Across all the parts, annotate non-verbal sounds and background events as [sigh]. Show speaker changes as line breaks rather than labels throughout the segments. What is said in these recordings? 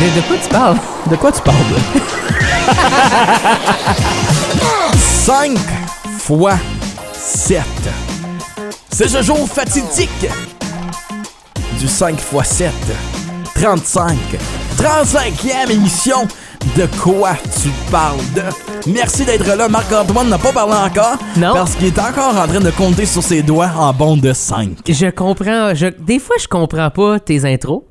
De, de quoi tu parles?
De quoi tu parles? [laughs] 5 fois 7. C'est ce jour fatidique du 5 x 7. 35. 35e émission de quoi tu parles de. Merci d'être là. Marc-Antoine n'a pas parlé encore.
Non.
Parce qu'il est encore en train de compter sur ses doigts en bond de 5.
Je comprends. Je, des fois, je comprends pas tes
[laughs]
intros.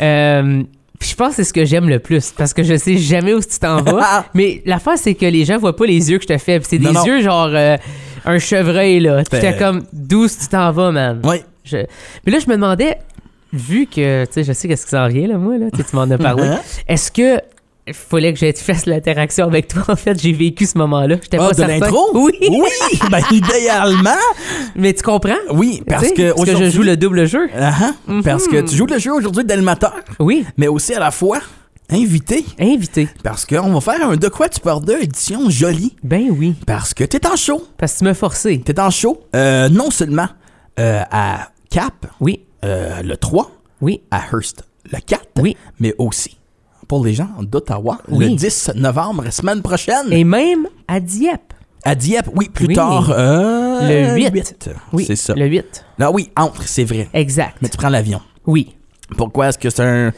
Euh, puis je pense que c'est ce que j'aime le plus parce que je sais jamais où tu t'en vas. mais l'affaire, c'est que les gens voient pas les yeux que je te fais. Puis c'est des
Ah. Non, non.
yeux genre euh, un chevreuil, là. Tu
Ben-
fais comme d'où tu t'en vas, man.
Oui.
Je... Mais là, je me demandais, vu que, tu sais, je sais qu'est-ce qui s'en vient, là, moi, là, tu sais, tu m'en as parlé.
Hein?
Est-ce que fallait que j'aie fasse l'interaction avec toi? En fait, j'ai vécu ce moment-là. J'étais
Ah,
pas
de
certain.
l'intro?
Oui.
Oui!
[laughs]
Ben, idéalement,
Mais tu comprends?
oui, parce
Tu sais,
que.
parce que je joue le double jeu.
Ah, ah,
Mm-hmm.
Parce que tu joues le jeu aujourd'hui d'animateur,
Oui,
mais aussi à la fois invité.
invité.
Parce qu'on va faire un De quoi tu parles de édition jolie.
Ben oui,
Parce que t'es en show.
parce que tu m'as forcé.
T'es en show. euh, non seulement euh, à Cap,
Oui,
euh, le 3,
oui,
à Hearst, le 4,
oui.
mais aussi pour les gens d'Ottawa, le
Oui.
10 novembre, semaine prochaine,
Et même à Dieppe,
à Dieppe, oui, plus
Oui.
tard, euh,
le 8. Oui,
c'est ça.
Le 8,
Non, oui, entre, c'est vrai.
exact.
Mais tu prends l'avion.
Oui.
Pourquoi est-ce que c'est un...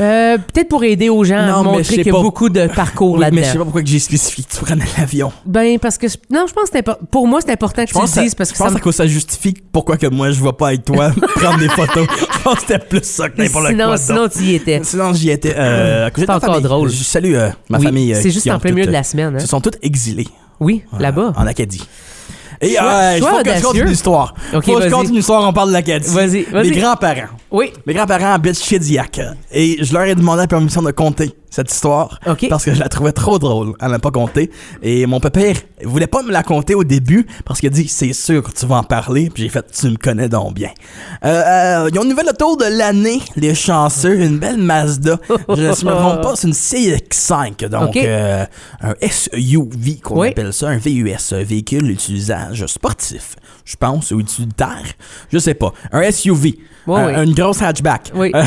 Euh, Peut-être pour aider aux gens
Non,
à
mais je sais
montrer qu'il y a
pas.
beaucoup de parcours
Oui, mais je sais
là-dedans.
pas pourquoi que j'ai spécifié que tu prenais l'avion.
Ben, parce que. Non, je pense que c'est impor- Pour moi, c'est important que
Je
tu
pense,
le
que
dises
ça,
parce
je
que ça
pense
me
à quoi ça justifie pourquoi que moi je vais pas avec toi [laughs] prendre des photos. Je pense que c'était plus ça que n'importe
sinon,
quoi.
sinon, tu y étais.
donc. Sinon, j'y étais. euh, à côté de
C'est
ma
encore
famille.
drôle.
Je salue euh, ma
Oui,
famille. euh,
C'est
qui
juste en
ont
plein
toutes,
milieu de
euh,
la semaine. hein.
Se sont toutes exilées.
Oui,
euh,
là-bas.
En Acadie. Et
Choix-
euh, il
choix
faut que je
audacieux.
continue l'histoire.
Ok,
faut que je
vas-y.
continue l'histoire, on parle de l'Acadie.
Vas-y, vas-y.
Mes grands-parents.
Oui.
Mes grands-parents habitent Shediac. Et je leur ai demandé la permission de compter cette histoire.
Ok.
Parce que je la trouvais trop drôle. Elle n'a pas compté. Et mon père voulait pas me la compter au début parce qu'il a dit c'est sûr que tu vas en parler. Puis j'ai fait tu me connais donc bien. Euh, euh, ils ont une nouvelle auto de l'année, les chanceux. Une belle Mazda. Je ne me trompe pas, c'est une CX5.
Ok.
Donc euh, un SUV qu'on
Oui.
appelle ça, un VUS, un véhicule d'usage sportif, je pense, ou utilitaire. Je sais pas. Un SUV.
Oui,
Un-
oui.
un une grosse hatchback.
Oui.
Euh,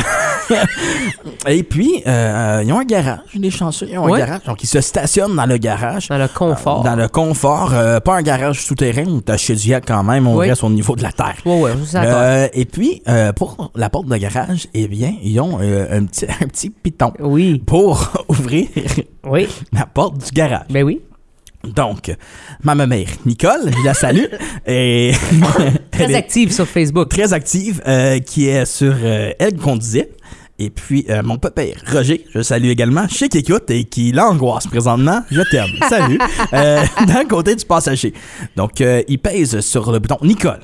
et puis, euh, ils ont un garage, les chanceux, ils ont
Ouais.
un garage. Donc, ils se stationnent dans le garage.
Dans le confort.
Dans le confort. euh, pas un garage souterrain où t'as chez Diac quand même, on
Oui.
reste au niveau de la terre.
Ouais, ouais, ça, ça va.
Euh, et puis, euh, pour la porte de garage, eh bien, ils ont euh, un, petit, [laughs] un petit piton
Oui,
pour [laughs] ouvrir
oui,
la porte du garage.
ben oui.
Donc, ma mère, Nicole, je la salue. et [laughs] elle
Très
est-
active sur Facebook.
très active euh, qui est sur euh, Elle conduisait. Et puis, euh, mon papa, Roger, je le salue également, je sais qu'il écoute et qui l'angoisse présentement.
[laughs]
Je t'aime. Salut. Euh, dans le côté du passager. Donc, euh, il pèse sur le bouton. Nicole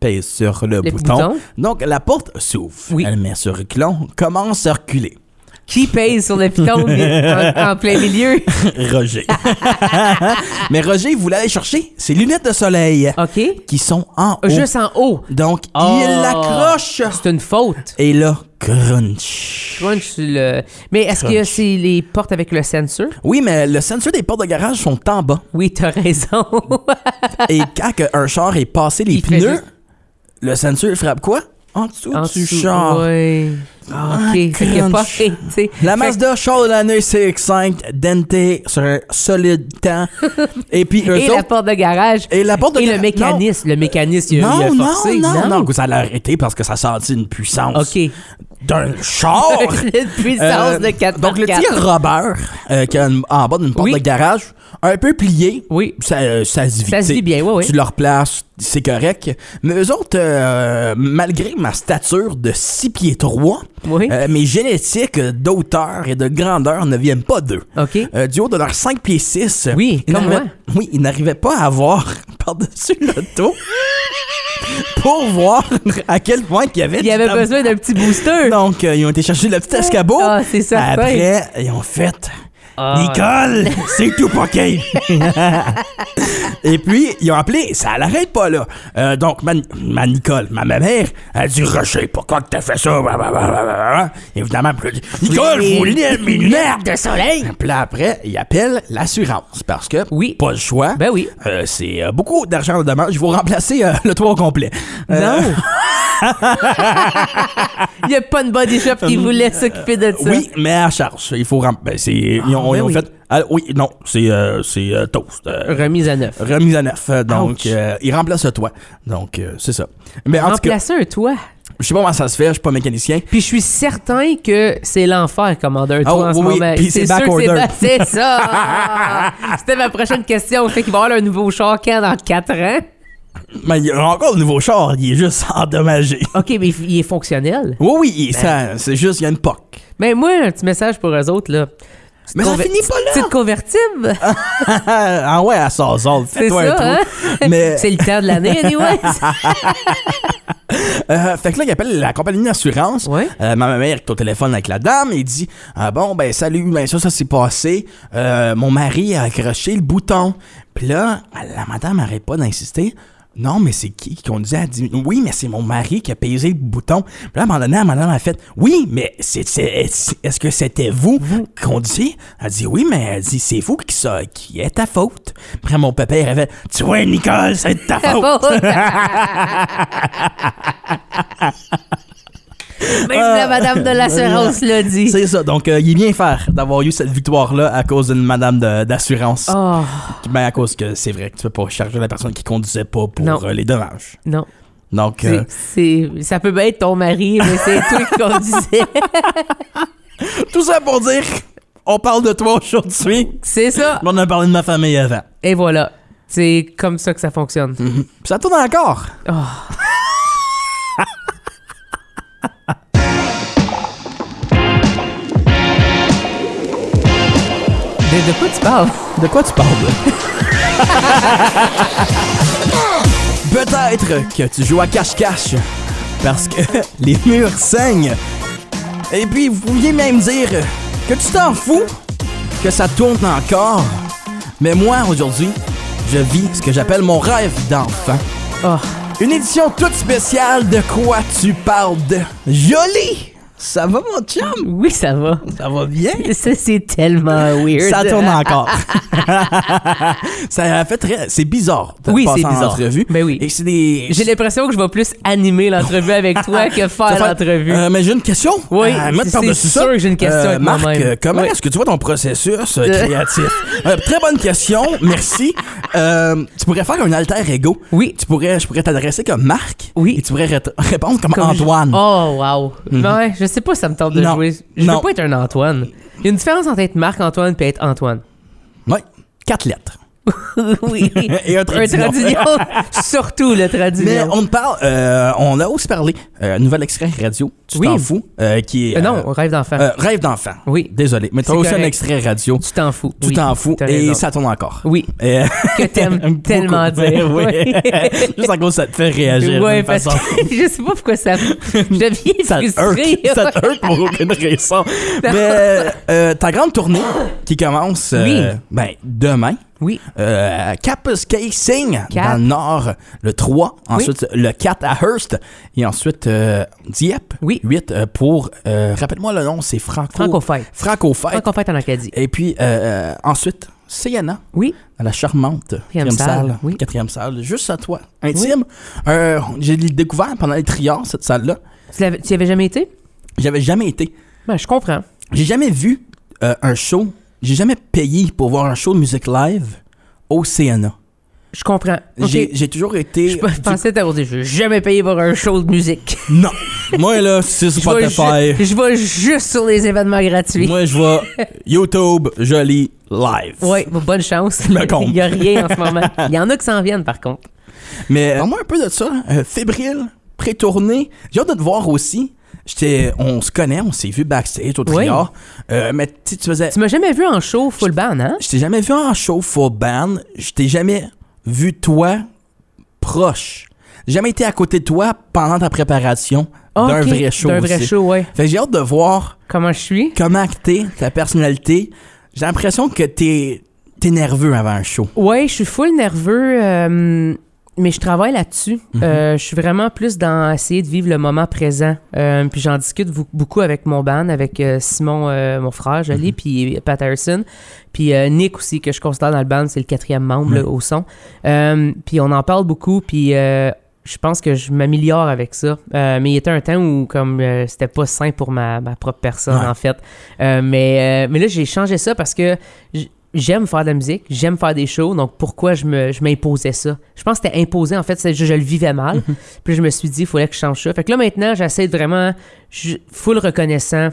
pèse sur le,
Le
bouton.
bouton.
Donc, la porte s'ouvre.
Oui.
Elle met sur reculon, commence à reculer. [laughs]
Qui paye sur le piton en, en plein milieu? [laughs]
Roger. Mais Roger voulait aller chercher ses lunettes de soleil
OK?
qui sont en haut.
Ah. Juste en haut.
Donc,
Oh.
il l'accroche.
C'est une faute.
Et là, crunch.
Crunch sur le... Mais est-ce que c'est les portes avec le sensor?
Oui, mais le sensor des portes de garage sont
[laughs]
en bas.
Oui, t'as raison.
Et quand que un char est passé les
Il fait
pneus,
juste-
le sensor frappe quoi? En dessous
En
du
dessous.
char.
Oui. Ah, OK. Fait qu'il y a pas...
crunch.
tu sais.
La
Fait-
Mazda char de l'année CX-5 Dente sur un solide
[laughs]
temps. et puis eux
Et
autres-
la porte de garage.
et la porte de
Et le
gar-
mécanisme. Le mécanisme, il a,
Non,
il a
non, non,
forcé.
non, non, que ça l'a arrêté parce que ça sentit une puissance
OK. Une
d'un char.
[laughs] puissance
Oh. Euh,
de 4
donc le
tir.
petit Robert euh, qui a une- en bas d'une porte
Oui.
de garage, un peu plié,
Oui.
ça, euh, ça se vit.
Ça se
t'sais.
vit bien, oui, oui.
Tu le replaces, c'est correct. Mais eux autres, euh, malgré ma stature de 6 pieds 3,
Oui.
mes génétiques euh, d'auteur et de grandeur ne viennent pas d'eux.
OK.
Euh, du haut de leurs 5 pieds 6,
Oui,
ils
comme
n'arrivaient-
moi.
oui, ils n'arrivaient pas à voir [laughs] par-dessus le dos pour voir à quel point qu'il y avait
Il
du
y avait
tab-
besoin d'un petit booster.
donc, euh, ils ont été chercher le petit escabeau.
Ah, c'est certain.
Après, ils ont fait.
Ah.
Nicole, c'est tout poqué. Et puis, ils ont appelé, ça l'arrête pas là. Euh, donc, ma, ma Nicole, ma, ma mère, a dit Rocher, pourquoi que t'as fait ça Bah, bah, bah, bah, bah, bah. Évidemment, puis elle dit, Nicole, vous voulez mes lunettes
de soleil.
Puis là, après, ils appellent l'assurance parce que,
Oui.
pas le choix.
Ben oui.
Euh, c'est euh, beaucoup d'argent de demande. Je vais vous remplacer euh, le toit au complet. Euh,
Non. [laughs] Il y a pas de body shop qui voulait s'occuper de ça.
Euh, Oui, mais à charge. Il faut remplir. Ben, c'est, ils ont,
ben
ils ont
oui.
fait. Ah, oui, non, c'est, euh, c'est euh, toast. euh,
Remise à neuf.
remise à neuf. Euh, Donc,
Ouch.
euh, ils remplacent le toit. Donc, euh, c'est ça. Mais en tout cas,
Remplacer un toit.
je sais pas comment ça se fait. Je suis pas mécanicien.
Puis je suis certain que c'est l'enfer, Commander,
Ah,
toi, en ce
oui, oui,
moment.
puis c'est
sûr que
backorder.
C'est ba- c'est ça! [laughs] C'était ma prochaine question. Fait qu'il va y avoir un nouveau char quand dans 4 ans?
Mais il y a encore le nouveau char. Il est juste [laughs] endommagé.
OK, mais il il est fonctionnel.
Oui, oui, il est
Ben.
sans- c'est juste, il y a une POC.
Mais moi, un petit message pour eux autres, là. Petite
Mais ça
conver-
finit pas là!
Petite convertible!
[laughs] ah ouais, à Sazol,
C'est
fais-toi un
ça,
trou.
hein?
Mais-
C'est le temps de l'année,
[laughs]
anyway.
Euh, fait que là, il appelle la compagnie d'assurance.
Ouais.
Euh, ma mère est au téléphone avec la dame. Il dit Ah Bon, ben, salut, ben, ça, ça s'est passé. Euh, mon mari a accroché le bouton. Puis là, la madame n'arrête pas d'insister. Non, mais c'est qui qui conduisait? Elle dit Oui, mais c'est mon mari qui a pesé le bouton. Puis là, à un moment donné, la madame a fait Oui, mais c'est, c'est- est-ce est-ce que c'était vous qui conduisiez? Elle dit Oui, mais elle dit C'est vous qui, ça, qui est ta faute. Puis là, mon papa, il avait Tu vois, Nicole, [laughs] c'est de ta faute.
Même la madame de l'assurance l'a dit.
[laughs] C'est ça. Donc, euh, il est bien faire d'avoir eu cette victoire-là à cause d'une madame de- d'assurance.
Oh,
Ben, à cause que c'est vrai que tu peux pas charger la personne qui conduisait pas pour
Non.
euh, les dommages.
non.
Donc,
C'est-
euh,
c'est- ça peut bien être ton mari, mais c'est toi qui conduisais.
tout ça pour dire, on parle de toi aujourd'hui.
C'est ça.
mais On a parlé de ma famille avant.
Et voilà. C'est comme ça que ça fonctionne.
Puis ça tourne encore.
Oh. De, de quoi tu parles?
De quoi tu parles? Peut-être que tu joues à cache-cache parce que [laughs] les murs saignent. Et puis, vous pouviez même dire que tu t'en fous, que ça tourne encore. Mais moi, aujourd'hui, je vis ce que j'appelle mon rêve d'enfant.
Oh.
Une édition toute spéciale de quoi tu parles de Jolie! Ça va, mon chum?
Oui, ça va.
Ça va bien?
Ça, c'est tellement weird.
Ça tourne encore.
ah,
[laughs] ça a fait très... C'est bizarre de
Oui,
passer
c'est
en
bizarre.
entrevue.
Ben oui.
Et c'est des...
J'ai l'impression que je vais plus animer l'entrevue avec toi
[laughs]
que
Ça
faire
fait-
l'entrevue.
Euh, mais j'ai une question.
Oui,
à mettre
c'est
par-dessus ça.
sûr que j'ai une question avec
Marc,
moi-même.
euh, comment
Oui.
est-ce que tu vois ton
[laughs]
processus euh, créatif? Euh, très bonne question, merci. Euh, tu pourrais faire un alter ego.
Oui.
Tu pourrais, je pourrais t'adresser comme Marc.
Oui.
Et tu pourrais ré- répondre comme,
Comme je-
Antoine. Mhm.
Oh, wow. Ouais, je sais pas si ça me tente de
Non.
jouer. Je
Non.
veux pas être un Antoine. Il y a une différence entre être Marc-Antoine et être
[laughs]
Antoine.
Ouais. Quatre lettres.
oui.
Et un traduillon.
[laughs] Surtout le
Mais
traduillon.
on te parle, euh, on a aussi parlé, euh, nouvel extrait radio, tu
Oui.
t'en fous, euh, qui est...
Euh,
euh,
non, on rêve d'enfant.
Euh, rêve d'enfant.
Oui.
Désolé. Mais t'as
C'est
aussi un
correct.
extrait radio.
tu t'en fous.
Tu
Oui,
t'en fous
t'as
et
raison.
ça tourne encore.
Oui,
Et- euh,
que [laughs] t'aimes
[laughs] Beaucoup. Ben
tellement dire. [laughs]
Oui. [laughs] Juste en gros, ça te fait réagir.
Ouais,
d'une
parce
façon.
que [laughs] je sais pas pourquoi ça. Je deviens
[laughs] Ça te
frustrée.
heurte. Ça te heurte pour aucune raison. Mais euh, ta grande tournée qui commence euh,
Oui.
ben, demain.
[laughs] Oui,
Euh, à Capus Casing
Cap.
dans le nord, le 3, ensuite le 4 à Hearst et ensuite euh, Dieppe,
Oui.
8 euh, pour, euh, rappelle-moi le nom, c'est Franco.
Francofête.
Francofête.
Franc qu'on fête en Acadie.
Et puis euh, euh, ensuite, Yana
Oui,
à la charmante quatrième
salle,
salle,
oui.
quatrième salle, juste à toi, intime. Euh, J'ai découvert pendant les triards cette salle-là.
tu, l'avais- tu y avais jamais été?
J'avais jamais été,
Ben, je comprends.
j'ai jamais vu euh, un show, j'ai jamais payé pour voir un show de musique live au CNA.
Je comprends. Ok.
J'ai- J'ai toujours été.
Je pe- pensais t'avoir dit, je vais jamais payer pour un show de musique.
[laughs] Non. Moi, là, c'est
Je vais, ju-
Spotify.
je vais juste sur les événements gratuits.
Moi, je vois
[laughs]
YouTube, joli, live.
Ouais, bon, bonne chance.
me compte.
Il y a rien en ce moment. Il y en a qui s'en viennent, par contre.
Mais euh, moi, un peu de ça. euh, fébrile, pré-tourné. J'ai hâte de te voir aussi. J'étais, on se connaît, on s'est vu backstage au triard. Euh, mais tu sais, tu faisais.
Tu m'as jamais vu en show full band, hein?
Je t'ai jamais vu en show full band. Je t'ai jamais vu toi proche. J'ai Jamais été à côté de toi pendant ta préparation
Ah,
d'un
ok.
vrai show.
D'un vrai
aussi.
show, ouais.
Fait que j'ai hâte de voir
Comment je suis?
comment que t'es, ta personnalité. J'ai l'impression que t'es es nerveux avant un show.
Ouais, je suis full nerveux, euh, mais je travaille là-dessus. Euh, je suis vraiment plus dans essayer de vivre le moment présent. Euh, puis j'en discute vou- beaucoup avec mon band, avec euh, Simon, euh, mon frère, Jolie, puis Pat Harrison. Puis euh, Nick aussi, que je considère dans le band, c'est le quatrième membre là, au son. Euh, puis on en parle beaucoup, puis euh, je pense que je m'améliore avec ça. Euh, mais il y a un temps où comme euh, c'était pas sain pour ma, ma propre personne
Ouais.
en fait. Euh, mais euh, mais là j'ai changé ça parce que j- j'aime faire de la musique, j'aime faire des shows, donc pourquoi je me je m'imposais ça Je pense que c'était imposé en fait, c'est- je, je le vivais mal.
Mhm.
Puis je me suis dit il fallait que je change ça. Fait que là maintenant, j'essaie de vraiment je, full reconnaissant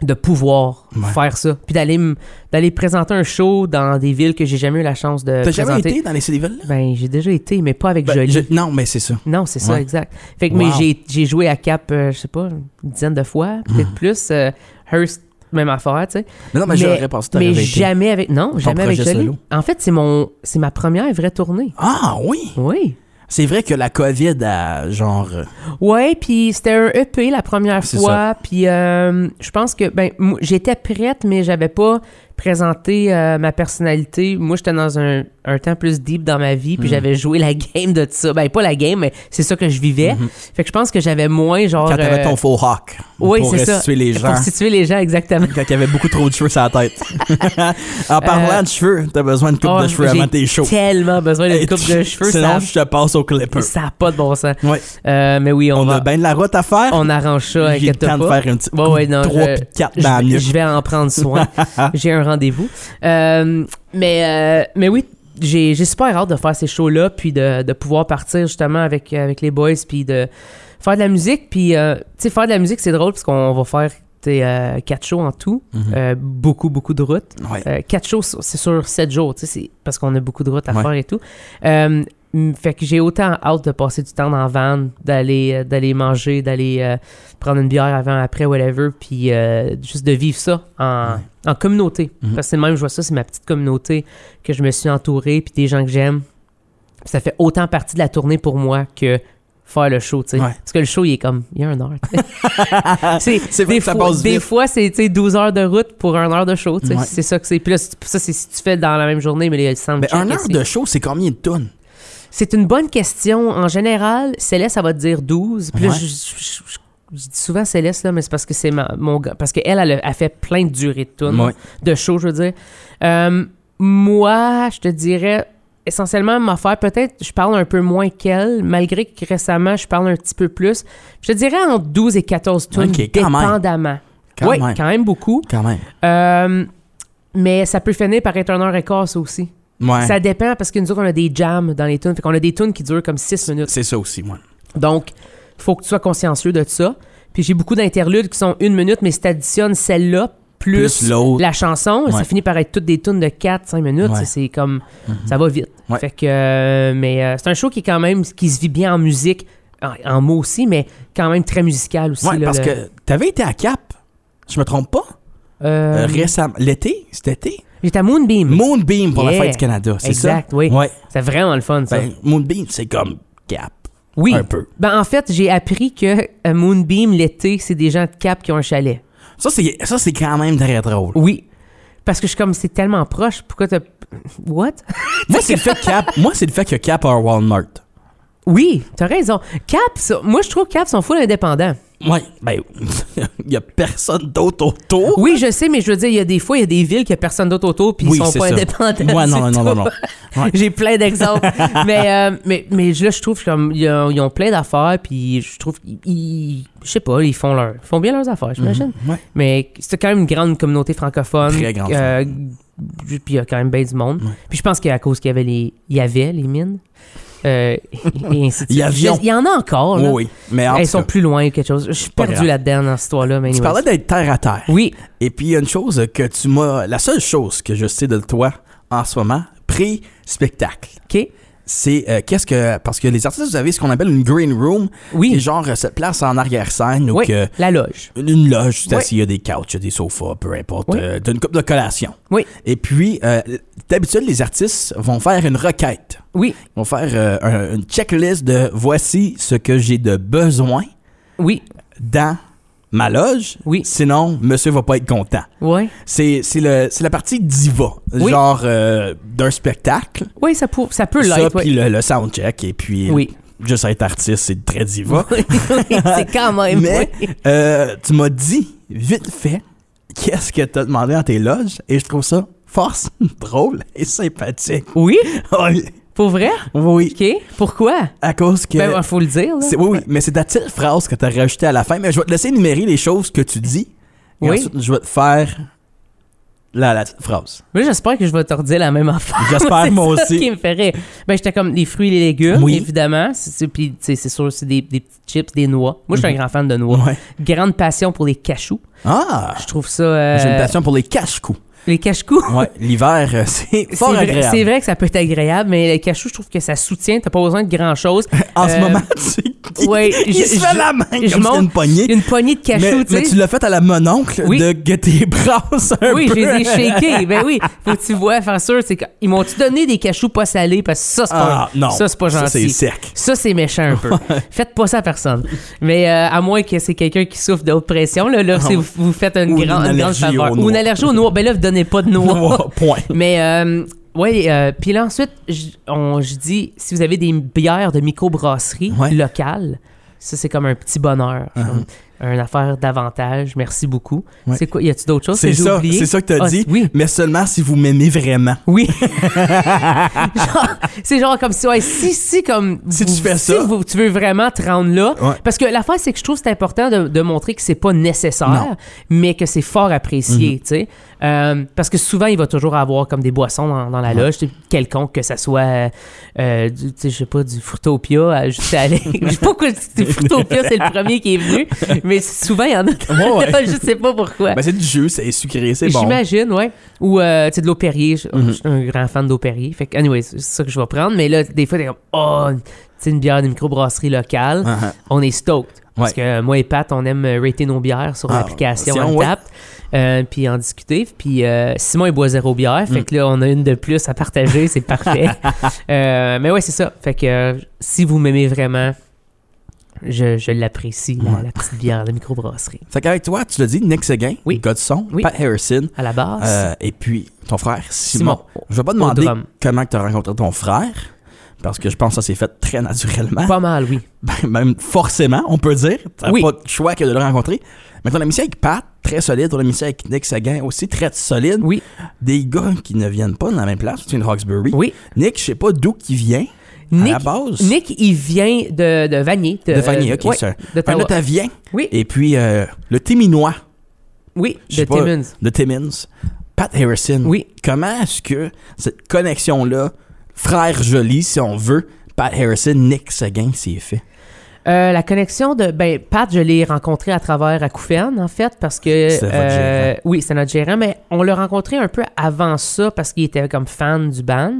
de pouvoir
Ouais.
faire ça, puis d'aller me- d'aller présenter un show dans des villes que j'ai jamais eu la chance de
T'as
présenter.
jamais été dans les Cédévilles?
Ben, j'ai déjà été, mais pas avec Jolie.
Non, mais c'est ça.
Non, c'est ça,
Ben, Ouais.
exact. Fait que,
Wow. Hmm.
mais j'ai- j'ai joué à Cap, euh, je sais pas, une dizaine de fois, peut-être plus. euh, Hearst, même affaire, tu sais.
Mais non, mais,
Mais-
j'aurais pensé que t'aurais
Mais
été.
jamais avec. Non, jamais avec
projet
Jolie.
solo.
En fait, c'est mon, c'est ma première vraie tournée.
Ah oui!
Oui.
C'est vrai que la COVID a genre. euh,
Ouais, puis c'était un EP la première
C'est
fois, puis euh, je pense que ben moi, j'étais prête mais j'avais pas présenté euh, ma personnalité. Moi, j'étais dans un, un temps plus deep dans ma vie, puis
Mhm.
j'avais joué la [laughs] game de ça. Ben pas la game, mais c'est ça que je vivais. Fait que je pense que j'avais moins genre
Mhm. Quand t'avais
euh,
ton faux hawk.
oui,
pour
c'est ça.
restituer les gens.
Pour situer les gens
[laughs]
exactement.
Quand il y avait beaucoup trop de cheveux sur la tête.
[laughs]
en parlant de cheveux, t'as besoin de coupe
Oh,
de cheveux avant tes shows.
J'ai tellement besoin d'une
Hey,
coupe de cheveux,
Sinon,
ça
je te passe au clipper.
ça a pas de bon sens.
Ouais.
Euh, mais oui, on,
On
va
a bien de la route à faire.
on arrange
[laughs]
ça,
J'ai le
inquiète
temps
pas.
de faire un petit
Ouais, ouais, non,
3
je-
puis 4
Je-
dans la
je,
nuque.
vais en prendre soin. j'ai un rendez-vous. Euh, mais, euh, mais oui, j'ai j'ai super hâte de faire ces shows-là, puis de, de pouvoir partir justement avec, avec les boys, puis de faire de la musique. Puis, euh, tu sais, faire de la musique, c'est drôle, parce qu'on va faire tu sais, euh, quatre shows en tout,
Mm.
Euh, beaucoup, beaucoup de routes. [laughs]
Mhm. Ouais.
Euh, quatre shows, sur- c'est sur sept jours, tu sais, c'est- parce qu'on a beaucoup de routes à
Ouais.
faire et tout. Euh, mm, fait que j'ai autant hâte de passer du temps dans la van, d'aller euh, d'aller manger, d'aller euh, prendre une bière avant, après, whatever, puis euh, juste de vivre ça en, en communauté.
Mhm.
Parce que c'est même, je vois ça, c'est ma petite communauté que je me suis entouré, puis des gens que j'aime. Puis Ça fait autant partie de la tournée pour moi que faire le show, tu sais.
Ouais.
Parce que le show, il est comme, il y a un heure. tu sais.
C'est
[laughs] c'est
vrai
des,
que ça
fois-
passe
des
vite.
fois, c'est tu sais, 12 heures de route pour un heure de show. tu sais.
Ouais.
C'est ça que c'est. Puis là, c'est- ça, c'est si tu fais dans la même journée, mais les
Ben, un heure de show, c'est combien de tonnes?
C'est une bonne question. En général, Céleste, ça va te dire 12. Puis là,
Ouais.
je, je- je- je dis souvent Céleste, là, mais c'est parce que c'est ma- mon gars. Parce qu'elle, elle, a- a fait plein de durées de tunes,
Ouais.
de shows, je veux dire. Euh, moi, je te dirais essentiellement m'affaire. Peut-être je parle un peu moins qu'elle, malgré que récemment, je parle un petit peu plus. Je te dirais entre 12 et 14 tunes,
Ok, quand même.
dépendamment.
Quand
oui,
même.
quand même beaucoup.
Quand même.
Euh, mais ça peut finir par être un heure et quart, ça aussi.
Ouais.
Ça dépend parce que nous autres, on a des jams dans les tunes. Fait qu'on a des tunes qui durent comme 6 minutes.
C'est ça aussi, moi.
Donc, faut que tu sois consciencieux de ça. Puis j'ai beaucoup d'interludes qui sont une minute, mais si t'additionnes celle-là plus,
Plus l'autre.
la chanson,
Ouais.
ça finit par être toutes des tunes de 4-5 minutes.
Ouais. Mm-hmm.
Ça, C'est comme... Ça va vite.
Ouais.
Fait que... euh, mais euh, c'est un show qui est quand même... qui se vit bien en musique, en, en mots aussi, mais quand même très musical aussi.
Ouais,
là,
parce
le-
que t'avais été à Cap, je me trompe pas,
Euh,
euh, récemment. L'été, cet été?
J'étais à Moonbeam.
Moonbeam pour la
Yeah.
fête du Canada, c'est ça?
Exact, oui.
Ouais.
C'est vraiment le fun, ça.
Ben, Moonbeam, c'est comme Cap.
oui.
un peu.
Ben, en fait, j'ai appris que euh, Moonbeam, l'été, c'est des gens de Cap qui ont un chalet.
Ça, c'est ça, c'est quand même très drôle.
Oui. Parce que je suis comme, c'est tellement proche. Pourquoi t'as.
[laughs]
What?
Moi, c'est le fait que Cap, moi, c'est le fait que Cap a un Walmart.
Oui, t'as raison. Cap, ça- moi, je trouve Cap sont full indépendants.
Ouais, ben, [laughs] il y a personne d'autre autour.
Oui, je sais, mais je veux dire, il y a des fois, il y a des villes qui a personne d'autre autour, puis
Oui,
ils sont
c'est
pas
ça.
indépendants. [laughs]
Ouais, non, non,
c'est
non, non,
tout.
non. Ouais.
J'ai plein
[laughs]
d'exemples. mais, euh, mais, mais là, je trouve qu'ils ils ont, ils ont plein d'affaires, puis je trouve qu'ils. ils- Je sais pas, ils font, leur, ils font bien leurs affaires, j'imagine.
Ouais.
Mais c'est quand même une grande communauté francophone.
Très grande.
Euh, puis il y a quand même bien du monde.
Ouais.
Puis je pense qu'à cause qu'il y avait les, il y avait les mines. euh, [laughs] et- et ainsi de
Il y
suite.
avions.
Je- Il y en a encore.
Oui,
Là.
oui. Mais en
Elles
tout
sont
cas,
plus loin ou quelque chose. Je suis
pas grave.
perdu là-dedans dans cette histoire-là. Mais
tu
anyway.
parlais d'être terre à terre.
Oui,
Et puis, il y a une chose que tu m'as. La seule chose que je sais de toi en ce moment, pré-spectacle,
OK.
c'est euh, qu'est-ce que. Parce que les artistes, vous avez ce qu'on appelle une green room, qui est
Oui,
genre euh, cette place en arrière-scène ou
oui.
que.
la loge.
Une une loge, c'est
Oui.
assis, il y a des couches, il y a des sofas, peu importe.
Oui.
euh, T'as une coupe de collation.
Oui,
Et puis, euh, d'habitude, les artistes vont faire une requête.
oui,
Ils vont faire euh, un- une checklist de voici ce que j'ai de besoin
oui,
dans ma loge.
Oui.
Sinon, monsieur va pas être content.
oui.
C'est c'est le- c'est la partie diva,
Oui.
genre euh, d'un spectacle.
Oui, ça, pour- ça peut
Ça,
l'être.
puis
Oui,
le, le soundcheck, et puis [laughs]
Oui.
juste être artiste, c'est très diva.
[laughs] Oui, c'est quand même.
Mais
oui.
euh, tu m'as dit, vite fait, qu'est-ce que t'as [laughs] demandé dans tes loges, et je trouve ça force drôle et sympathique. [laughs]
Oui,
Ouais.
Pour vrai?
Oui,
OK. Pourquoi?
à cause que...
Ben, il faut le dire. là.
C'est- oui, oui, mais c'est ta petite phrase que tu as rajoutée à la fin. Mais je vais te laisser énumérer les choses que tu dis. Et
Oui.
ensuite, je vais te faire la, la
[laughs]
petite phrase.
Mais j'espère que je vais te redire la même affaire. [laughs]
J'espère,
C'est
moi
ça
aussi.
qui me fait rire. Ben, j'étais comme les fruits et les légumes,
Oui.
évidemment. C'est- c'est- Puis, tu sais, c'est sûr, c'est des, des petits chips, des noix. Moi, je suis un grand fan de noix.
Mhm. Ouais.
Grande passion pour les cachous.
Ah!
Je trouve ça. euh,
J'ai une passion pour les cache-coups.
les
[laughs]
cachous.
Ouais, l'hiver, euh, c'est
C'est
fort
vrai, c'est
agréable.
vrai que ça peut être agréable, mais les cachous, je trouve que ça soutient. T'as pas besoin de grand chose.
En ce
Euh,
moment, tu
ouais,
[laughs] il
je-
se fait
je-
la main comme
je
si c'était
monte-
une poignée.
Une poignée de
mais,
cachous, tu
mais
sais.
tu l'as fait à la mononcle
Oui.
de que tes bras un
Oui, je
peu.
les ai
[laughs]
shakés. Ben oui, faut que tu vois, faire sûr, c'est que- ils m'ont-tu donné des cachous pas salés parce que ça, c'est
Ah
pas,
non,
ça, c'est pas
ça, c'est
gentil.
sec.
Ça, c'est méchant un peu. Faites pas ça à personne. Mais euh, à moins que c'est quelqu'un qui souffre de haute pression, là, là c'est- vous, vous faites une,
Ou une
grande, une grande
allergie
faveur.
aux
Ou une
noix.
allergie aux noix. Ben là, vous donnez pas de
[laughs]
noix.
Ouais, Point.
Mais euh, ouais, euh, puis là ensuite, j- on- je dis si vous avez des bières de microbrasserie
Ouais. Uh-huh.
locale, ça c'est comme un petit bonheur, Un- une affaire d'avantage. Merci beaucoup.
Ouais.
C'est quoi Y a-tu d'autres choses
C'est
que j'ai
ça,
oubliées?
c'est ça que t'as
Ah,
dit.
Oui.
Mais seulement si vous
[laughs]
m'aimez vraiment.
Oui. Genre, c'est genre comme si, ouais, si, si, comme.
Si
vous-
tu fais
si
ça.
vous- tu veux vraiment te rendre là.
Ouais.
Parce que l'affaire, c'est que je trouve que c'est important de, de montrer que c'est pas nécessaire,
Non. Mhm.
mais que c'est fort apprécié, tu sais. Euh, parce que souvent, il va toujours avoir comme des boissons dans, dans la loge, tu sais, quelconque, que ça soit, euh, euh, du- tu sais, je sais pas, du fruitopia à juste aller.
[laughs]
je sais pas pourquoi je dis du fruitopia, c'est le premier qui est venu, mais souvent, il y en a. dans
Ouais,
la loge, je sais pas pourquoi.
Ben, c'est du jeu, c'est sucré, c'est bon. Mhm.
J'imagine, ouais. Ou, euh, tu sais, de l'eau Perrier. Je je suis un grand fan d'eau Perrier. Fait que, anyway, c'est ça que je vais prendre. Mais là, des fois, t'es comme, oh, tu sais, une bière d'une microbrasserie locale.
Uh-huh.
On est stoked. Parce
Ouais.
que moi et Pat, on aime euh, rater nos bières sur
Ah,
l'application
si on-
on puis en discuter. Puis euh, Simon, il boit zéro bière.
Mm.
Fait que là, on a une de plus à partager. c'est
[laughs]
parfait. Euh, mais ouais, c'est ça. Fait que euh, si vous m'aimez vraiment, je, je l'apprécie, la- la, petite bière, la microbrasserie.
Fait qu'avec toi, tu l'as dit, Nick Seguin,
Oui.
Godson,
Oui.
Pat Harrison,
À la base,
euh, et puis ton frère Simon.
Simon.
Je vais pas demander
drum.
comment tu as rencontré ton frère, parce que je pense que ça s'est fait très naturellement.
pas mal,
[laughs]
oui.
Ben, même forcément, on peut dire. T'as
Oui.
pas de choix que de le rencontrer. Mais ton amitié avec Pat, très solide. Ton amitié avec Nick Seguin, aussi très solide.
Oui.
Des gars qui ne viennent pas de la même place. Tu viens de Roxbury.
Oui.
Nick, je sais pas d'où il vient à
Nick,
la base.
Nick, il vient de, de Vanier.
de Vanier, ok.
ouais,
c'est un- un
d'Ottawa.
Ottavien.
Oui,
Et puis, euh, le Téminois
oui,
je sais
de
pas.
Timmins.
de Timmins, Pat Harrison.
Oui.
Comment est-ce que cette connexion-là, frère joli, si on veut, Pat Harrison, Nick Seguin, s'est fait?
Euh, la connexion de ben Pat, je l'ai rencontré à travers Acouphène en fait parce que euh,
C'est votre gérant.
oui, c'est notre gérant mais on l'a rencontré un peu avant ça parce qu'il était comme fan du band.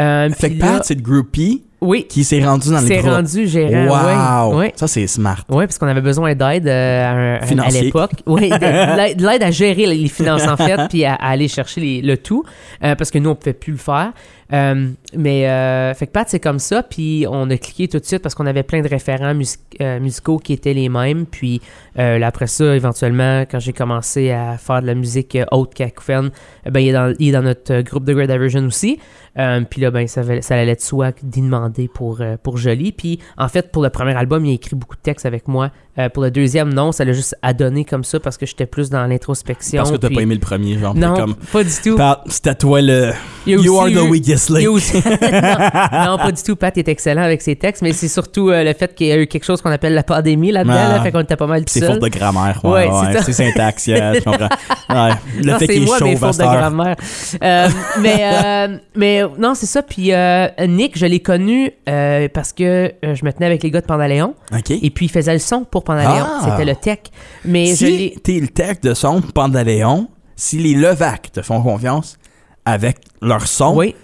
Euh,
Fait
puis
que
là-
Pat, c'est le groupie
oui,
qui s'est rendu dans les
s'est
groupes.
rendu gérant.
Wow!
Oui, oui.
Ça, c'est smart.
Oui, parce qu'on avait besoin d'aide euh, à un- à,
Financier.
l'époque. Oui,
[laughs]
de, de l'aide- de l'aide à gérer les finances, en fait, puis à, à aller chercher les- le tout, euh, parce que nous, on ne pouvait plus le faire. Euh, mais, euh, fait que Pat, c'est comme ça, puis on a cliqué tout de suite parce qu'on avait plein de référents mus- euh, musicaux qui étaient les mêmes. Puis euh, là, après ça, éventuellement, quand j'ai commencé à faire de la musique euh, autre qu'Acouphène, euh, ben, il, est dans- il est dans notre euh, groupe de Great Diversion aussi. Euh, puis là, ben, ça, va- ça allait de soi d'y demander pour, euh, pour Jolie. Puis en fait, pour le premier album, il a écrit beaucoup de textes avec moi. Euh, pour le deuxième, non, ça l'a juste adonné comme ça parce que j'étais plus dans l'introspection.
Parce que t'as
puis-
pas aimé le premier, genre,
Non,
t'es comme...
pas du tout.
Pat, c'est à toi le...
Il y a
You are
aussi
the
eu-
weakest
Il y
link.
a aussi- [laughs] non, non, pas du tout. Pat est excellent avec ses textes, mais c'est surtout euh, le fait qu'il y a eu quelque chose qu'on appelle la pandémie là-dedans.
Ah.
là, fait qu'on était pas mal
Pis
tout
c'est
seul.
faute de grammaire. Ouais,
Ouais, c'est
ouais,
ça.
c'est syntaxe, yeah,
[laughs]
je comprends. Ouais, le
Non,
fait
c'est
qu'il est
moi, mes
chauve à
fautes
cette
de
heure.
grammaire.
[laughs]
Euh, mais, euh, mais non, c'est ça. Puis euh, Nick, je l'ai connu euh, parce que euh, je me tenais avec les gars de Pandaléon.
OK.
Et puis, il faisait le son pour Pandaléon.
Ah.
C'était le tech. Mais je
si
l'ai...
t'es le tech de son Pandaléon, si les Levac te font confiance avec leur son,
Oui.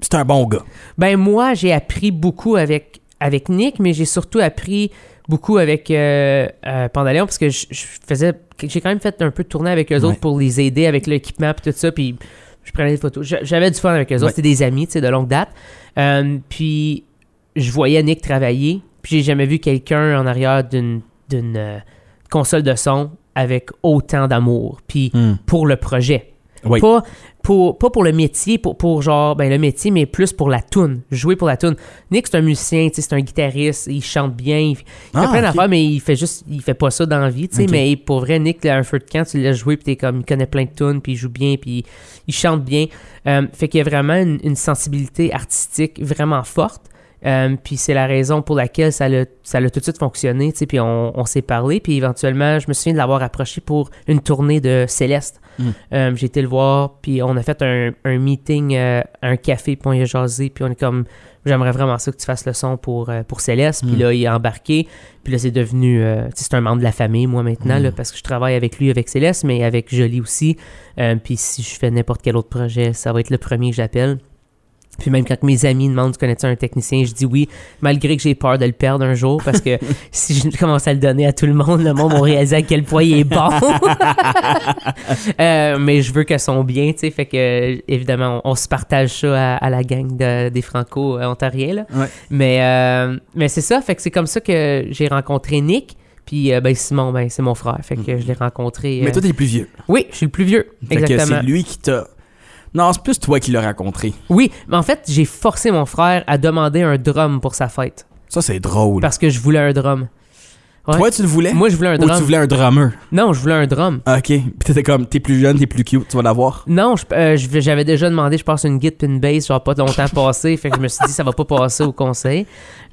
c'est un bon gars.
Ben moi, j'ai appris beaucoup avec, avec Nick, mais j'ai surtout appris beaucoup avec euh, euh, Pandaléon parce que je, je faisais j'ai quand même fait un peu de tournée avec eux
Ouais.
autres pour les aider avec l'équipement puis tout ça puis je prenais des photos Je- j'avais du fun avec eux
Ouais.
autres c'était des amis tu sais de longue date Euh, puis je voyais Nick travailler puis j'ai jamais vu quelqu'un en arrière d'une Hmm. d'une euh, console de son avec autant d'amour puis pour le projet
Oui.
Pas, pour, pas pour le métier, pour, pour genre, ben le métier, mais plus pour la toune, jouer pour la toune. Nick, c'est un musicien, tu sais, c'est un guitariste, il chante bien, il fait il fait
Ah,
plein
ok.
d'affaires, mais il fait juste, il fait pas ça dans la vie, tu sais.
Ok.
Mais pour vrai, Nick, là, un feu de camp, tu l'as joué, puis t'es comme, il connaît plein de tunes, puis il joue bien, puis il chante bien. Euh, fait qu'il y a vraiment une, une sensibilité artistique vraiment forte. Euh, puis c'est la raison pour laquelle ça l'a ça l'a tout de suite fonctionné, tu sais, puis on, on s'est parlé, puis éventuellement, je me souviens de l'avoir approché pour une tournée de Céleste.
Mm.
Euh, J'ai été le voir, puis on a fait un, un meeting, euh, à un café, puis on y a jasé, puis on est comme, j'aimerais vraiment ça que tu fasses le son pour, euh, pour Céleste, puis
Mm.
là, il est embarqué, puis là, c'est devenu, euh, tu sais, c'est un membre de la famille, moi, maintenant,
Mm.
là, parce que je travaille avec lui, avec Céleste, mais avec Jolie aussi, Euh, puis si je fais n'importe quel autre projet, ça va être le premier que j'appelle. Puis même quand mes amis demandent tu connais-tu un technicien, je dis oui, malgré que j'ai peur de le perdre un jour parce que si je commence à le donner à tout le monde, le monde va réaliser à quel point il est
[laughs]
bon. Euh, mais je veux que son bien, tu sais, fait que évidemment on, on se partage ça à, à la gang de- des franco-ontariens là.
Ouais.
Mais euh, mais c'est ça, fait que c'est comme ça que j'ai rencontré Nick. Puis euh, ben Simon, ben c'est mon frère, fait que je l'ai rencontré. euh,
Mm. Mais toi, t'es le plus vieux.
Oui, je suis le plus vieux.
Fait que
Exactement.
c'est lui qui t'a. Non, c'est plus toi qui l'as rencontré.
Oui, mais en fait, j'ai forcé mon frère à demander un drum pour sa fête.
Ça, c'est drôle.
Parce que je voulais un drum. Ouais.
Toi, tu le voulais
Moi, je voulais un
Eh? ou
drum.
tu voulais un drummer
Non, je voulais un drum.
Ah, Ok. Puis t'étais comme, t'es plus jeune, t'es plus cute, tu vas [laughs] l'avoir.
Non, je- euh, je- j'avais déjà demandé, je pense, une guide puis une bass, genre pas longtemps [laughs] passé. Fait que je me suis dit, ça va pas passer au conseil.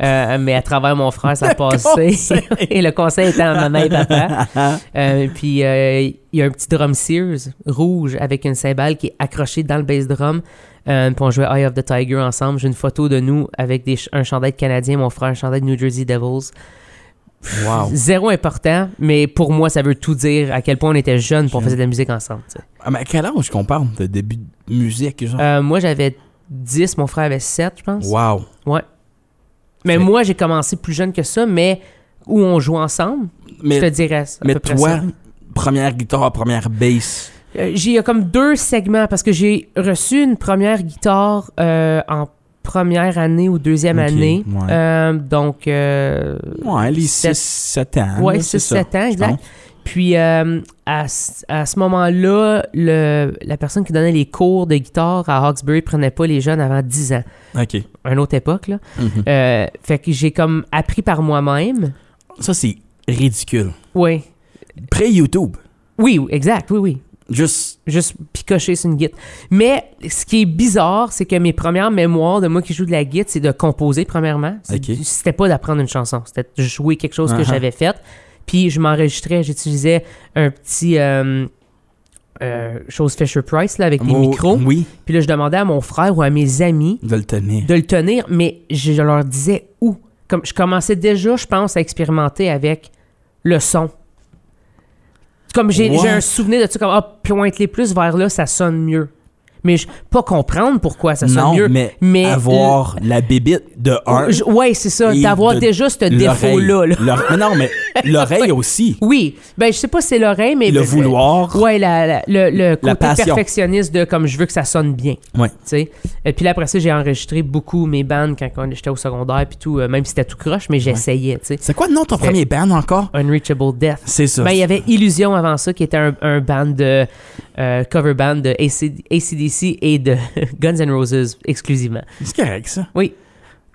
Euh, mais à travers mon frère, ça a passé.
conseil.
[laughs] et le conseil étant maman et
[laughs]
papa. Euh, puis euh, il y a un petit drum Sears rouge avec une cymbale qui est accrochée dans le bass drum. Euh, puis on jouait Eye of the Tiger ensemble. J'ai une photo de nous avec des ch- un chandail de canadien, mon frère, un chandail de New Jersey Devils.
Wow.
Zéro important, mais pour moi, ça veut tout dire à quel point on était jeunes pour
Jeune.
faisait de la musique ensemble. tu sais.
Ah, mais à quel âge qu'on parle de début de musique, genre
Euh, moi, j'avais 10, mon frère avait 7, je pense.
Wow.
Mais
Fait-
moi, j'ai commencé plus jeune que ça, mais où on joue ensemble, je te
Mais,
dirais. à
mais
peu près
toi,
ça.
première guitare, première bass.
Euh, j'ai il y a comme deux segments parce que j'ai reçu une première guitare euh, en première année ou deuxième
Ok,
année.
ouais.
Euh, donc, euh,
Ouais, les
Sept-
6-7 ans.
ouais,
là, Ah, c'est ça,
6-7 ans,
je
exact.
pense.
Puis euh, à, ce- à ce moment-là, le, la personne qui donnait les cours de guitare à Hawkesbury prenait pas les jeunes avant 10 ans.
Ok.
Une autre époque, là.
Mhm.
Euh, fait que j'ai comme appris par moi-même.
Ça, c'est ridicule.
Oui.
Pré-YouTube.
Oui, oui, exact, oui, oui.
Juste.
Juste picocher sur une guitare. Mais ce qui est bizarre, c'est que mes premières mémoires de moi qui joue de la guitare, c'est de composer, premièrement. C'est
Ok.
du- C'était pas d'apprendre une chanson, c'était de jouer quelque chose que
Uh-huh.
j'avais fait. Puis je m'enregistrais, j'utilisais un petit. euh, euh, chose Fisher Price là, avec des
Oh,
micros.
Oui,
Puis là, je demandais à mon frère ou à mes amis
de le tenir.
de le tenir, mais je leur disais où. Comme je commençais déjà, je pense, à expérimenter avec le son. Comme j'ai
Ouais.
j'ai un souvenir de ça, comme ah, pointe-les plus vers là, ça sonne mieux. Mais je pas comprendre pourquoi ça sonne
non,
mieux.
mais,
mais- euh,
avoir la bébite de un.
Je- ouais, c'est ça,
Et
d'avoir
de-
déjà ce
l'oreille.
défaut-là. là.
L'ore- mais non, mais
[laughs]
l'oreille aussi.
Oui, ben je sais pas si c'est l'oreille, mais.
Le vouloir.
Ouais, la, la- le, le côté
La passion.
perfectionniste de comme je veux que ça sonne bien.
Ouais.
tu sais. Et puis là, après ça, j'ai enregistré beaucoup mes bandes quand on- j'étais au secondaire, puis tout, euh, même si c'était tout croche, mais j'essayais, tu sais.
C'est quoi le nom de ton premier band encore?
Unreachable Death.
C'est ça.
Ben, il y avait Illusion avant ça, qui était un, un band de euh, cover band de AC ACDC et de [laughs] Guns N' Roses exclusivement.
C'est correct, ça.
Oui.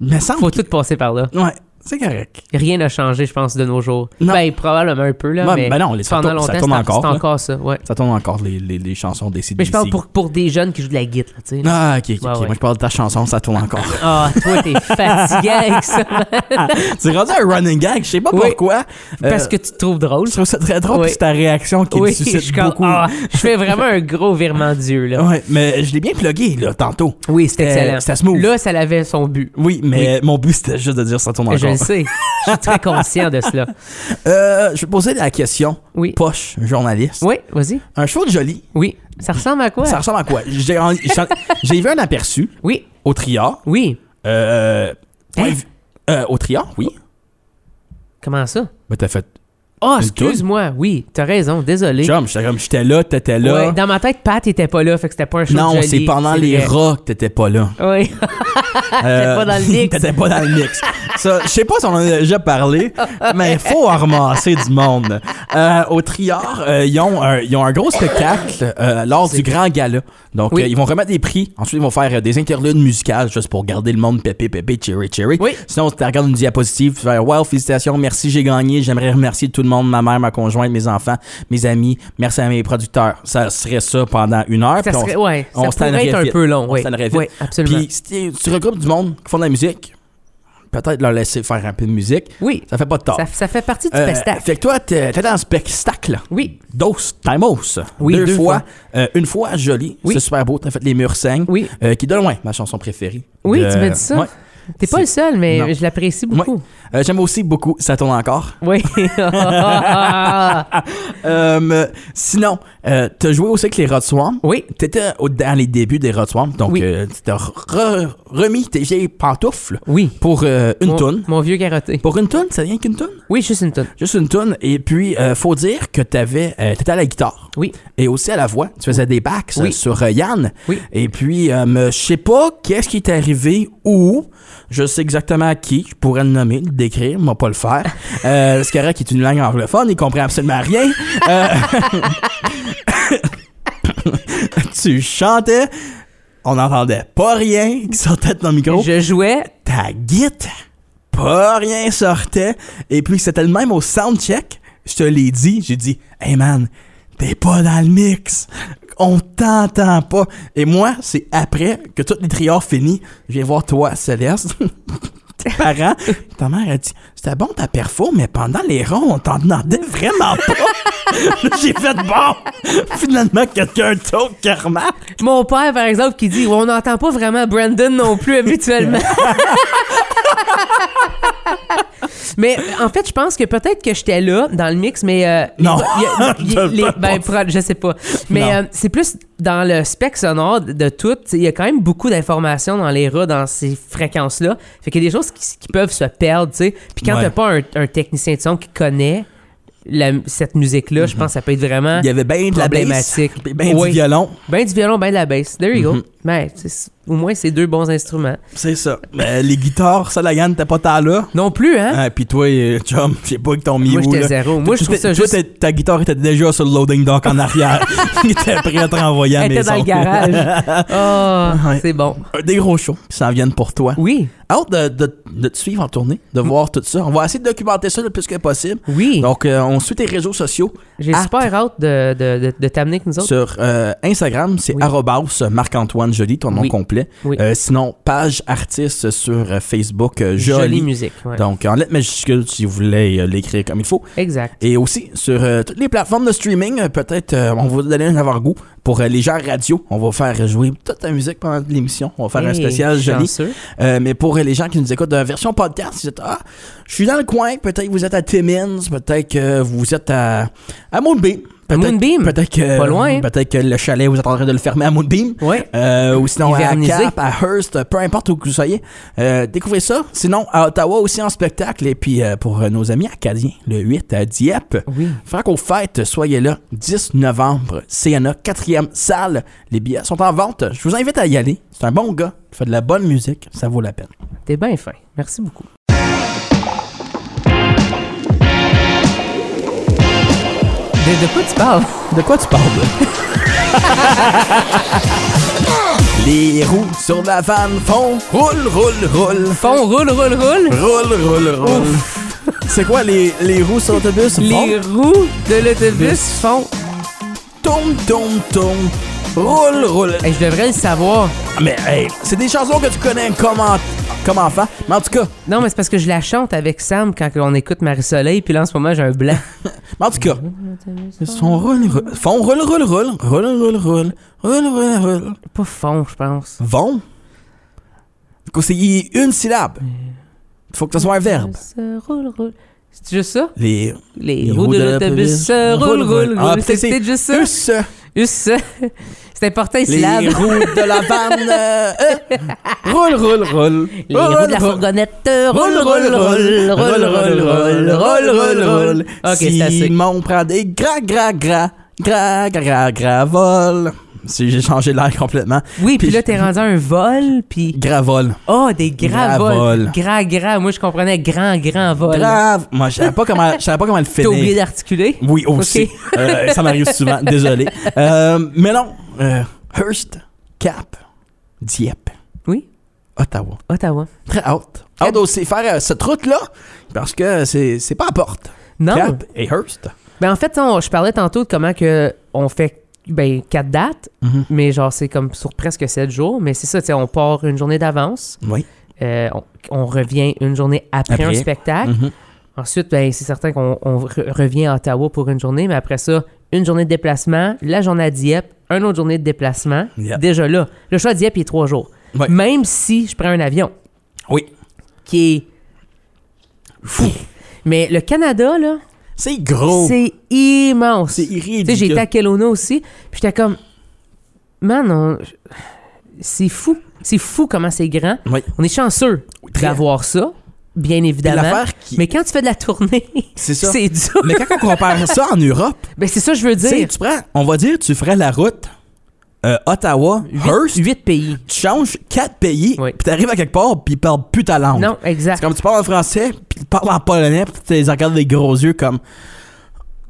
Mais ça
Faut tout passer par là.
Ouais, c'est correct.
Rien n'a changé, je pense, de nos jours.
Non.
Ben, probablement un peu, là,
Ouais,
mais
ben non, les- ça
pendant
tourne- ça
longtemps,
tourne
c'est en-
encore,
c'est
là.
encore ça, ouais.
Ça tourne encore les, les, les chansons des
Mais je parle
parle
pour, pour des jeunes qui jouent de la guitare, tu sais. là.
Ah, ok, ok,
Ouais,
ok.
ouais.
Moi, je parle de ta chanson, ça tourne encore.
[laughs] Ah, toi,
[laughs]
t'es fatigué avec ça.
c'est rendu un running gag, je sais pas
Oui.
pourquoi. Euh,
Parce que tu te trouves drôle.
je trouve ça très drôle,
Oui.
puis c'est ta réaction qui me
Oui, je,
suscite
suis comme,
beaucoup.
ah, je fais vraiment un gros virement d'yeux, là.
Ouais, mais je l'ai bien plugué, là, tantôt. Euh,
Oui, c'était
C'était-
excellent.
c'était smooth.
Là, ça avait son but.
Oui, mais mon but, c'était juste de dire ça tourne
Je
encore.
le sais. Je suis très conscient de cela.
Euh, je vais poser la question.
Oui.
Poche, journaliste.
Oui, vas-y.
Un show de joli,
Oui. Ça ressemble à quoi?
ça ressemble à quoi? J'ai en-
[laughs]
j'en- j'ai vu un aperçu
Oui,
au triard.
oui.
Euh,
Hein?
ouais, vu- euh, au triard, oui.
Comment ça?
Mais Ben, t'as fait.
Ah,
Une
excuse-moi, oui, t'as raison, désolé.
Chum, j'étais comme, j'étais là, t'étais là.
Ouais, dans ma tête, Pat était pas là, fait que c'était pas un show de
non,
Jolie,
c'est pendant les
vrai.
rats que t'étais pas là.
Oui,
Euh,
pas dans
[laughs]
le mix.
T'étais pas dans le mix. Ça, je sais pas si on en a déjà parlé, mais faut en ramasser du monde. Euh, au Triard, euh, ils, ont un, ils ont un gros spectacle euh, lors du Grand Gala. Donc,
Oui.
euh, ils vont remettre des prix. Ensuite, ils vont faire euh, des interludes musicales juste pour garder le monde pépé, pépé, cheery, cheery.
Oui.
Sinon, tu regardes une diapositive, tu fais « Wow, félicitations, merci, j'ai gagné. J'aimerais remercier tout le monde, ma mère, ma conjointe, mes enfants, mes amis. Merci à mes producteurs. » Ça serait ça pendant une heure.
ça
puis on-
serait, ouais,
on
ça
se
pourrait
tannerait
être un
vite.
peu long,
On
oui.
se tannerait vite.
Oui, absolument.
Puis si tu tu regroupes du monde qui font de la musique, peut-être leur laisser faire un peu de musique,
oui,
ça fait pas de tort.
ça, ça fait partie du
Euh,
spectacle.
fait que toi, t'es t'es dans le spectacle.
Oui,
Dos, Timos.
Oui,
deux,
deux
fois.
fois.
Euh, une fois, joli.
Oui.
C'est super beau. T'as fait les murs saignes.
Oui.
Euh, qui, de loin, ma chanson préférée.
oui,
De-
tu m'as dit ça.
Ouais.
T'es pas
C'est-
le seul, mais
Non.
je l'apprécie
Ouais.
beaucoup.
Euh, J'aime aussi beaucoup. Ça tourne encore. [laughs]
Oui.
Euh, sinon, euh, t'as joué aussi avec les Rod Swamp.
oui.
T'étais au- dans les débuts des Rod Swamp. Donc,
Oui.
euh, tu t'as re- remis tes vieilles pantoufles
Oui.
pour euh, une
Mon-
toune.
Mon vieux carotté.
Pour une toune, c'est rien qu'une toune?
Oui, juste une toune.
Juste une toune. Et puis, euh, faut dire que t'avais, euh, t'étais à la guitare.
Oui.
Et aussi à la voix. Tu faisais des backs euh,
Oui.
sur euh, Yann.
Oui.
Et puis, euh, me- je sais pas qu'est-ce qui t'est arrivé ou je sais exactement à qui. Je pourrais le nommer, le décrire, moi pas le faire. Euh, Scara qui est une langue anglophone, il comprend absolument rien. Euh, [laughs] tu chantais, on n'entendait pas rien qui sortait de ton micro
Je jouais.
ta guite, pas rien sortait. Et puis c'était le même au soundcheck. Je te l'ai dit, j'ai dit, hey man, t'es pas dans le mix. On t'entend pas. Et moi, c'est après que tous les triards finis, je viens voir toi, Céleste. [laughs] tes parents, ta mère a dit c'était bon ta perfo, mais pendant les ronds, on t'entendait vraiment pas. J'ai fait bon. Finalement, quelqu'un d'autre qui remarque.
Mon père, par exemple, qui dit On n'entend pas vraiment Brandon non plus habituellement. [laughs] mais en fait, je pense que peut-être que j'étais là dans le mix, mais. euh, les-
Non.
il y
[laughs]
a- il y a- les- ben, pro- je sais pas. Mais
Non.
euh, c'est plus dans le spec sonore de- de tout. t'sais, Il y a quand même beaucoup d'informations dans les rats, dans ces fréquences-là. Fait qu'il y a des choses qui, qui peuvent se perdre, tu sais. Puis quand
Ouais.
t'as pas un, un technicien de son qui connaît la- cette musique-là,
Mm-hmm.
je pense que ça peut être vraiment.
Il y avait bien de
Ah.
la baisse,
Problématique.
puis bien
Oui.
du violon.
Ben du violon, ben de la bass. There you
Mhm.
go. Ben, tu sais, au moins, c'est deux bons instruments.
C'est ça. Mais les guitares, ça, la Yann, t'es pas tant là.
Non plus, hein?
Ah, puis toi, euh, chum, je sais pas que t'ont mis
Moi,
où.
j'étais
là.
zéro. Moi, je
Toi,
trouve ça
toi,
juste...
t'es- ta guitare était déjà sur le loading dock en arrière.
[laughs]
[laughs] Il était prêt à te renvoyer à la
Elle était dans
maison.
le garage. Ah,
Ouais.
c'est bon.
Euh, [laughs] Des gros shows qui s'en viennent pour toi.
Oui,
Hâte de, de- de te suivre en tournée, de voir tout ça. On va essayer de documenter ça le plus que possible.
oui.
Donc, euh, on suit tes réseaux sociaux.
J'ai
hâte.
super hâte de, de, de, de t'amener avec nous autres.
Sur euh, Instagram, c'est
Oui.
arrobas Marc-Antoine Joly, ton nom
Oui.
complet.
Oui.
Euh, sinon, page artiste sur euh, Facebook, euh,
Jolie
Joly.
musique. ouais.
Donc, en lettres majuscules, si vous voulez euh, l'écrire comme il faut.
Exact.
Et aussi sur euh, toutes les plateformes de streaming, euh, peut-être euh, on va vous donner un avant-goût pour euh, les gens radio. On va faire jouer toute la musique pendant l'émission. On va faire un
Hey,
spécial joli.
chanceux.
Euh, mais pour euh, les gens qui nous écoutent de version podcast, vous êtes, ah, je suis dans le coin, peut-être que vous êtes à Timmins, peut-être que vous êtes à, à Moonbeam.
À
Peut-être-
Moonbeam?
Peut-être que,
Pas loin.
Peut-être que le chalet, vous êtes en train de le fermer à Moonbeam.
Ouais.
Euh, ou sinon à
Hivernisé.
Cap, à Hearst, peu importe où que vous soyez. Euh, découvrez ça. Sinon, à Ottawa aussi en spectacle. Et puis euh, pour euh, nos amis acadiens, le 8 à Dieppe.
Oui.
Franco Fête, soyez là, 10 novembre, CNA, quatrième salle. Les billets sont en vente. Je vous invite à y aller. C'est un bon gars, il fait de la bonne musique, ça vaut la peine.
T'es bien fin. Merci beaucoup. De, de quoi tu parles?
De quoi tu parles? Les roues sur la vanne font roule, roule, roule.
Fond, roule, roule, roule.
Roule, roule, roule. C'est quoi les, les roues sur l'autobus?
Les
Font
roues de l'autobus font...
Tourne, tourne, tourne. Roule, roule. Eh,
Hey, je devrais le savoir.
Mais hey, c'est des chansons que tu connais comme, en- comme enfant. Mais en tout cas,
Non, mais c'est parce que je la chante avec Sam quand on écoute Marie-Soleil, puis là, en ce moment, j'ai un blanc. [laughs]
Mais en tout cas, son roule, roule, font roule, roule, roule, roule, roule, roule, roule, roule, roule.
Pas fond, je pense.
Vont. Faut que C'est une syllabe. Faut que ce soit un verbe.
Se roule, roule. C'est juste ça?
Les
Les, roues de l'autobus se roule, roule, roule.
Ah,
C'est
c'est
peut-être juste ça?
Us.
Juste ça. [laughs] C'est important, ici.
Les roues de la vanne. euh,
[laughs]
euh, roule, roule, roule.
Les roues de la fourgonnette euh, roule, roule, roule, roule, roule, roule, roule, roule, roule. Ok, c'est assez.
Simon prend des gras, gras, gras, gras, gras, gras, gras, vol. Si j'ai changé l'air complètement.
Oui, puis
Puis
là,
je-
t'es rendu à un vol, puis...
Gras vol.
Oh, des grands
Grand
vols.
vol.
Grand, grand. Moi, je comprenais grand, grand vol.
Grave. Moi, je savais pas comment, je savais pas comment
[laughs]
le
T'as oublié
finir.
d'articuler?
Oui, aussi.
Ok.
Euh, ça m'arrive
[laughs]
souvent. Désolé. Euh, mais non. Euh, Hearst, Cap, Dieppe,
Oui,
Ottawa.
Ottawa.
Très haute. Hâte aussi faire euh, cette route-là, parce que c'est c'est pas à porte.
Non.
Cap et Hearst.
Ben en fait, on- je parlais tantôt de comment que on fait ben, quatre dates,
Mhm.
mais genre c'est comme sur presque sept jours. Mais c'est ça, tu sais, on part une journée d'avance,
Oui.
euh, on, on revient une journée après,
Après.
un spectacle.
Mhm.
Ensuite, ben, c'est certain qu'on on re- revient à Ottawa pour une journée, mais après ça, une journée de déplacement, la journée à Dieppe, une autre journée de déplacement.
Yeah.
Déjà là, le choix à Dieppe il est trois jours.
Ouais.
Même si je prends un avion
Oui.
qui est fou. Mais le Canada, là,
C'est gros.
c'est immense.
Oh. C'est
Tu sais,
irréductible.
j'étais à Kelowna aussi, puis j'étais comme, man, on- c'est fou. C'est fou comment c'est grand.
Oui.
On est chanceux
Oui, très.
d'avoir ça, bien évidemment.
L'affaire qui.
Mais quand tu fais de la tournée,
C'est ça.
c'est dur.
Mais quand on compare ça en Europe,
Ben, c'est ça que je veux
tu sais,
dire.
tu prends, on va dire, tu ferais la route euh, Ottawa, Hearst,
Huit pays.
tu changes quatre pays,
Oui.
puis t'arrives à quelque part, puis ils parlent plus ta langue.
Non,
C'est
exact.
comme tu parles en français, puis ils parlent en polonais, puis tu les regardes des gros yeux comme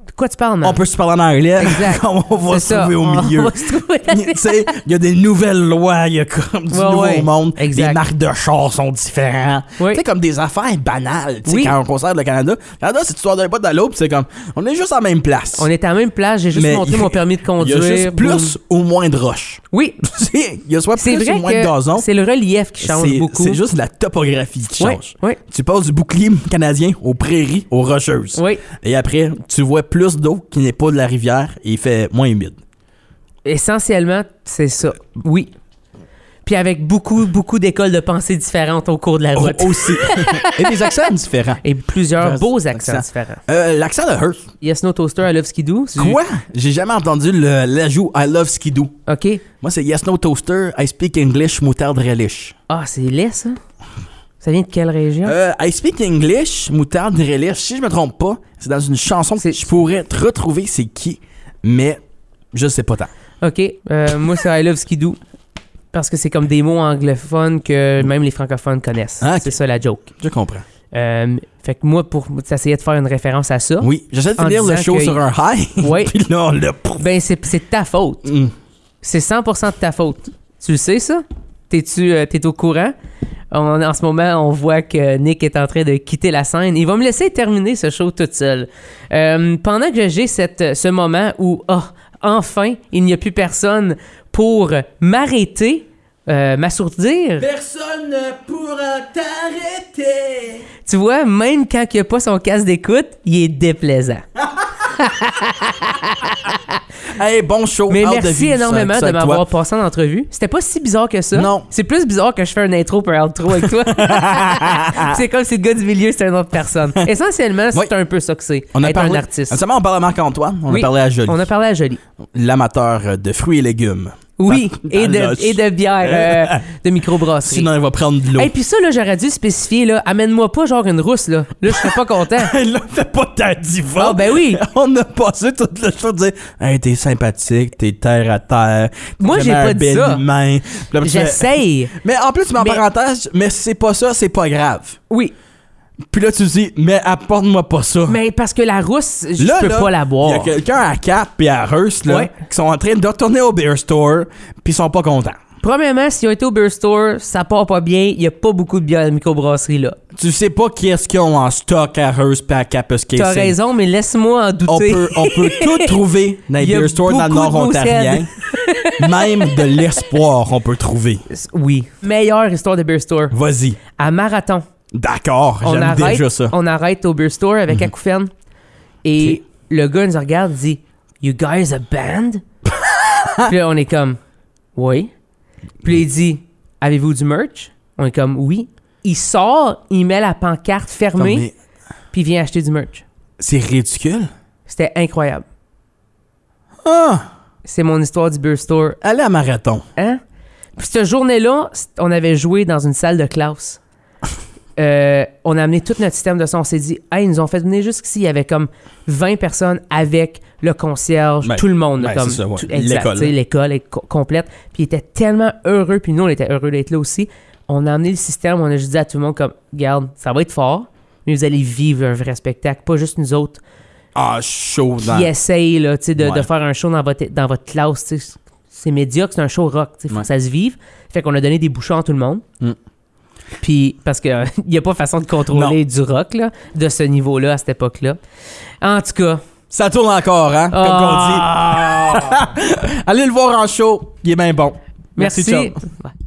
De quoi tu parles, man?
on peut se parler en anglais,
Exact.
[laughs] comme on va
C'est
se
ça.
trouver au
On
milieu.
va se
[laughs]
trouver
Tu sais, il y a des nouvelles lois, il y a comme du
Ouais,
nouveau
ouais.
monde,
Exact.
les marques de chars sont différentes.
Oui.
Tu sais, comme des affaires banales, tu sais,
Oui.
quand on considère le Canada. Le Canada, c'est tu sors d'un bout à l'autre, puis c'est comme, on est juste à la même place.
On est à la même plage, j'ai juste
Mais
montré
il-
mon permis de
il y
conduire.
a juste plus ou moins de roches. [laughs]
Oui,
Tu sais, il y a soit
c'est
plus
vrai
ou moins de
que
gazon.
c'est le relief qui change
C'est-
beaucoup.
C'est juste la topographie qui
Oui,
change.
oui,
Tu passes du bouclier canadien aux prairies, aux rocheuses.
oui.
Et après, tu vois plus d'eau qui n'est pas de la rivière et il fait moins humide.
Essentiellement, c'est ça. Oui. Puis avec beaucoup, beaucoup d'écoles de pensée différentes au cours de la
Oh,
route. [laughs]
aussi. et des accents différents.
Et plusieurs
Jazz,
beaux accents
accent.
différents.
Euh, L'accent de Hearst,
Yes, no toaster, I love skidoo. C'est-
Quoi? J'ai jamais entendu le- l'ajout I love skidoo.
OK.
Moi, c'est Yes No Toaster, I speak English, moutarde relish.
Ah, c'est laid, ça. Ça vient de quelle région?
Euh, I speak English, moutarde relish. Si je me trompe pas, c'est dans une chanson
C'est-
que je pourrais te retrouver c'est qui, mais je sais pas tant.
OK. Euh, moi, c'est I love skidoo. Parce que c'est comme des mots anglophones que même les francophones connaissent.
Ah, ok.
C'est ça la joke.
Je comprends.
Euh, fait que moi, pour essayer de faire une référence à ça,
Oui, j'essaie de
En
finir le
disant
show
que-
sur un high. [laughs]
Oui.
Puis là, on l'a.
ben c'est c'est de ta faute.
Mm.
C'est 100% de ta faute. Tu le sais, ça? T'es-tu euh, t'es au courant? On- en ce moment, on voit que Nick est en train de quitter la scène. Il va me laisser terminer ce show toute seule. Euh, pendant que j'ai cette, ce moment où, ah, enfin, il n'y a plus personne pour m'arrêter, euh, m'assourdir,
Personne ne pourra t'arrêter.
tu vois, même quand il n'y a pas son casque d'écoute, il est déplaisant.
Hey, bon show.
Mais
hâte de
merci
vivre ça-
énormément
ça
de
avec toi.
m'avoir passé en entrevue. C'était pas si bizarre que ça.
Non.
C'est plus bizarre que je fais un intro pour un outro avec
[laughs]
toi. c'est comme si le gars du milieu, c'était une autre personne. Essentiellement, c'est
Oui.
un peu ça que c'est.
On a
être
parlé.
un artiste.
En ce moment, on parle à Marc-Antoine, on
Oui.
a parlé à Jolie.
On a parlé à Jolie.
l'amateur de fruits et légumes.
Oui,
Dans-
et
dans
de,
l'os.
et de bière euh,
[laughs]
de microbrasserie.
Sinon, il va prendre de l'eau.
Et
[laughs]
puis ça, là, j'aurais dû spécifier, là, amène-moi pas genre une rousse, là. Là, je serais pas
[laughs]
content.
là, fais pas ta diva.
Ah, ben
[laughs]
oui.
On a passé tout le show de dire Hey, t'es sympathique, t'es terre à terre. t'es
Moi, j'ai
vraiment
pas
un
dit
bel
ça.
humain. Puis là, tu fais-
J'essaye.
Mais en plus, tu mets en
Mais-
parenthèse, mais si c'est pas ça, c'est pas grave.
Oui,
Puis là, tu dis Mais apporte-moi pas ça.
mais parce que la rousse, je
Là,
peux
là,
pas la
Il y a
boire.
quelqu'un à Cap et à Hearst là,
Ouais.
qui sont en train de retourner au Beer Store, puis ils sont pas contents.
Premièrement, s'ils ont été au Beer Store, ça part pas bien. Il y a pas beaucoup de bière de microbrasserie, là.
Tu sais pas qui est-ce qu'ils ont en stock à Hearst puis à Cap parce qu'ils
T'as
essaient.
raison, mais laisse-moi en
On
douter.
peut, on peut
[laughs]
tout trouver dans les
Il y a
beer stores dans le
beaucoup de
nord ontarien. [laughs] Même de l'espoir, on peut trouver.
Oui. Meilleure histoire de Beer Store.
Vas-y.
À marathon,
D'accord,
on
j'aime
arrête,
déjà ça.
on arrête au Beer Store avec Acouphène. Et le gars nous regarde dit You guys a band? Puis là, on est comme Oui. Puis là, il dit Avez-vous du merch? On est comme Oui. Il sort, il met la pancarte
Non,
fermée,
mais
puis il vient acheter du merch.
c'est ridicule.
C'était incroyable.
Ah!
C'est mon histoire du Beer Store.
Allez à marathon.
Hein? Puis cette journée-là, c- on avait joué dans une salle de
[laughs]
classe. Euh, on a amené tout notre système de son. On s'est dit, hey, ils nous ont fait venir jusqu'ici. Il y avait comme 20 personnes avec le concierge,
Ben,
tout le monde. là,
ben,
comme,
c'est ça, ouais.
tout- exact,
L'école.
tu sais, L'école est co- complète. Puis ils étaient tellement heureux. Puis nous, on était heureux d'être là aussi. On a amené le système. On a juste dit à tout le monde, comme, garde, ça va être fort, mais vous allez vivre un vrai spectacle. Pas juste nous autres
Ah, chaud dans.
qui essayent là, tu sais, de,
Ouais.
de faire un show dans votre, dans votre classe. tu sais. C'est médiocre, c'est un show rock. Il faut
Ouais.
que ça se vive. Fait qu'on a donné des bouchons à tout le monde.
Mm.
Puis, parce [laughs] qu'il n'y a pas façon de contrôler du rock là, de ce niveau-là à cette époque-là. En tout cas,
Ça tourne encore, hein? Comme on dit.
ah,
[laughs] Allez le voir en show. Il est bien bon.
merci.
Chuck.
Ouais.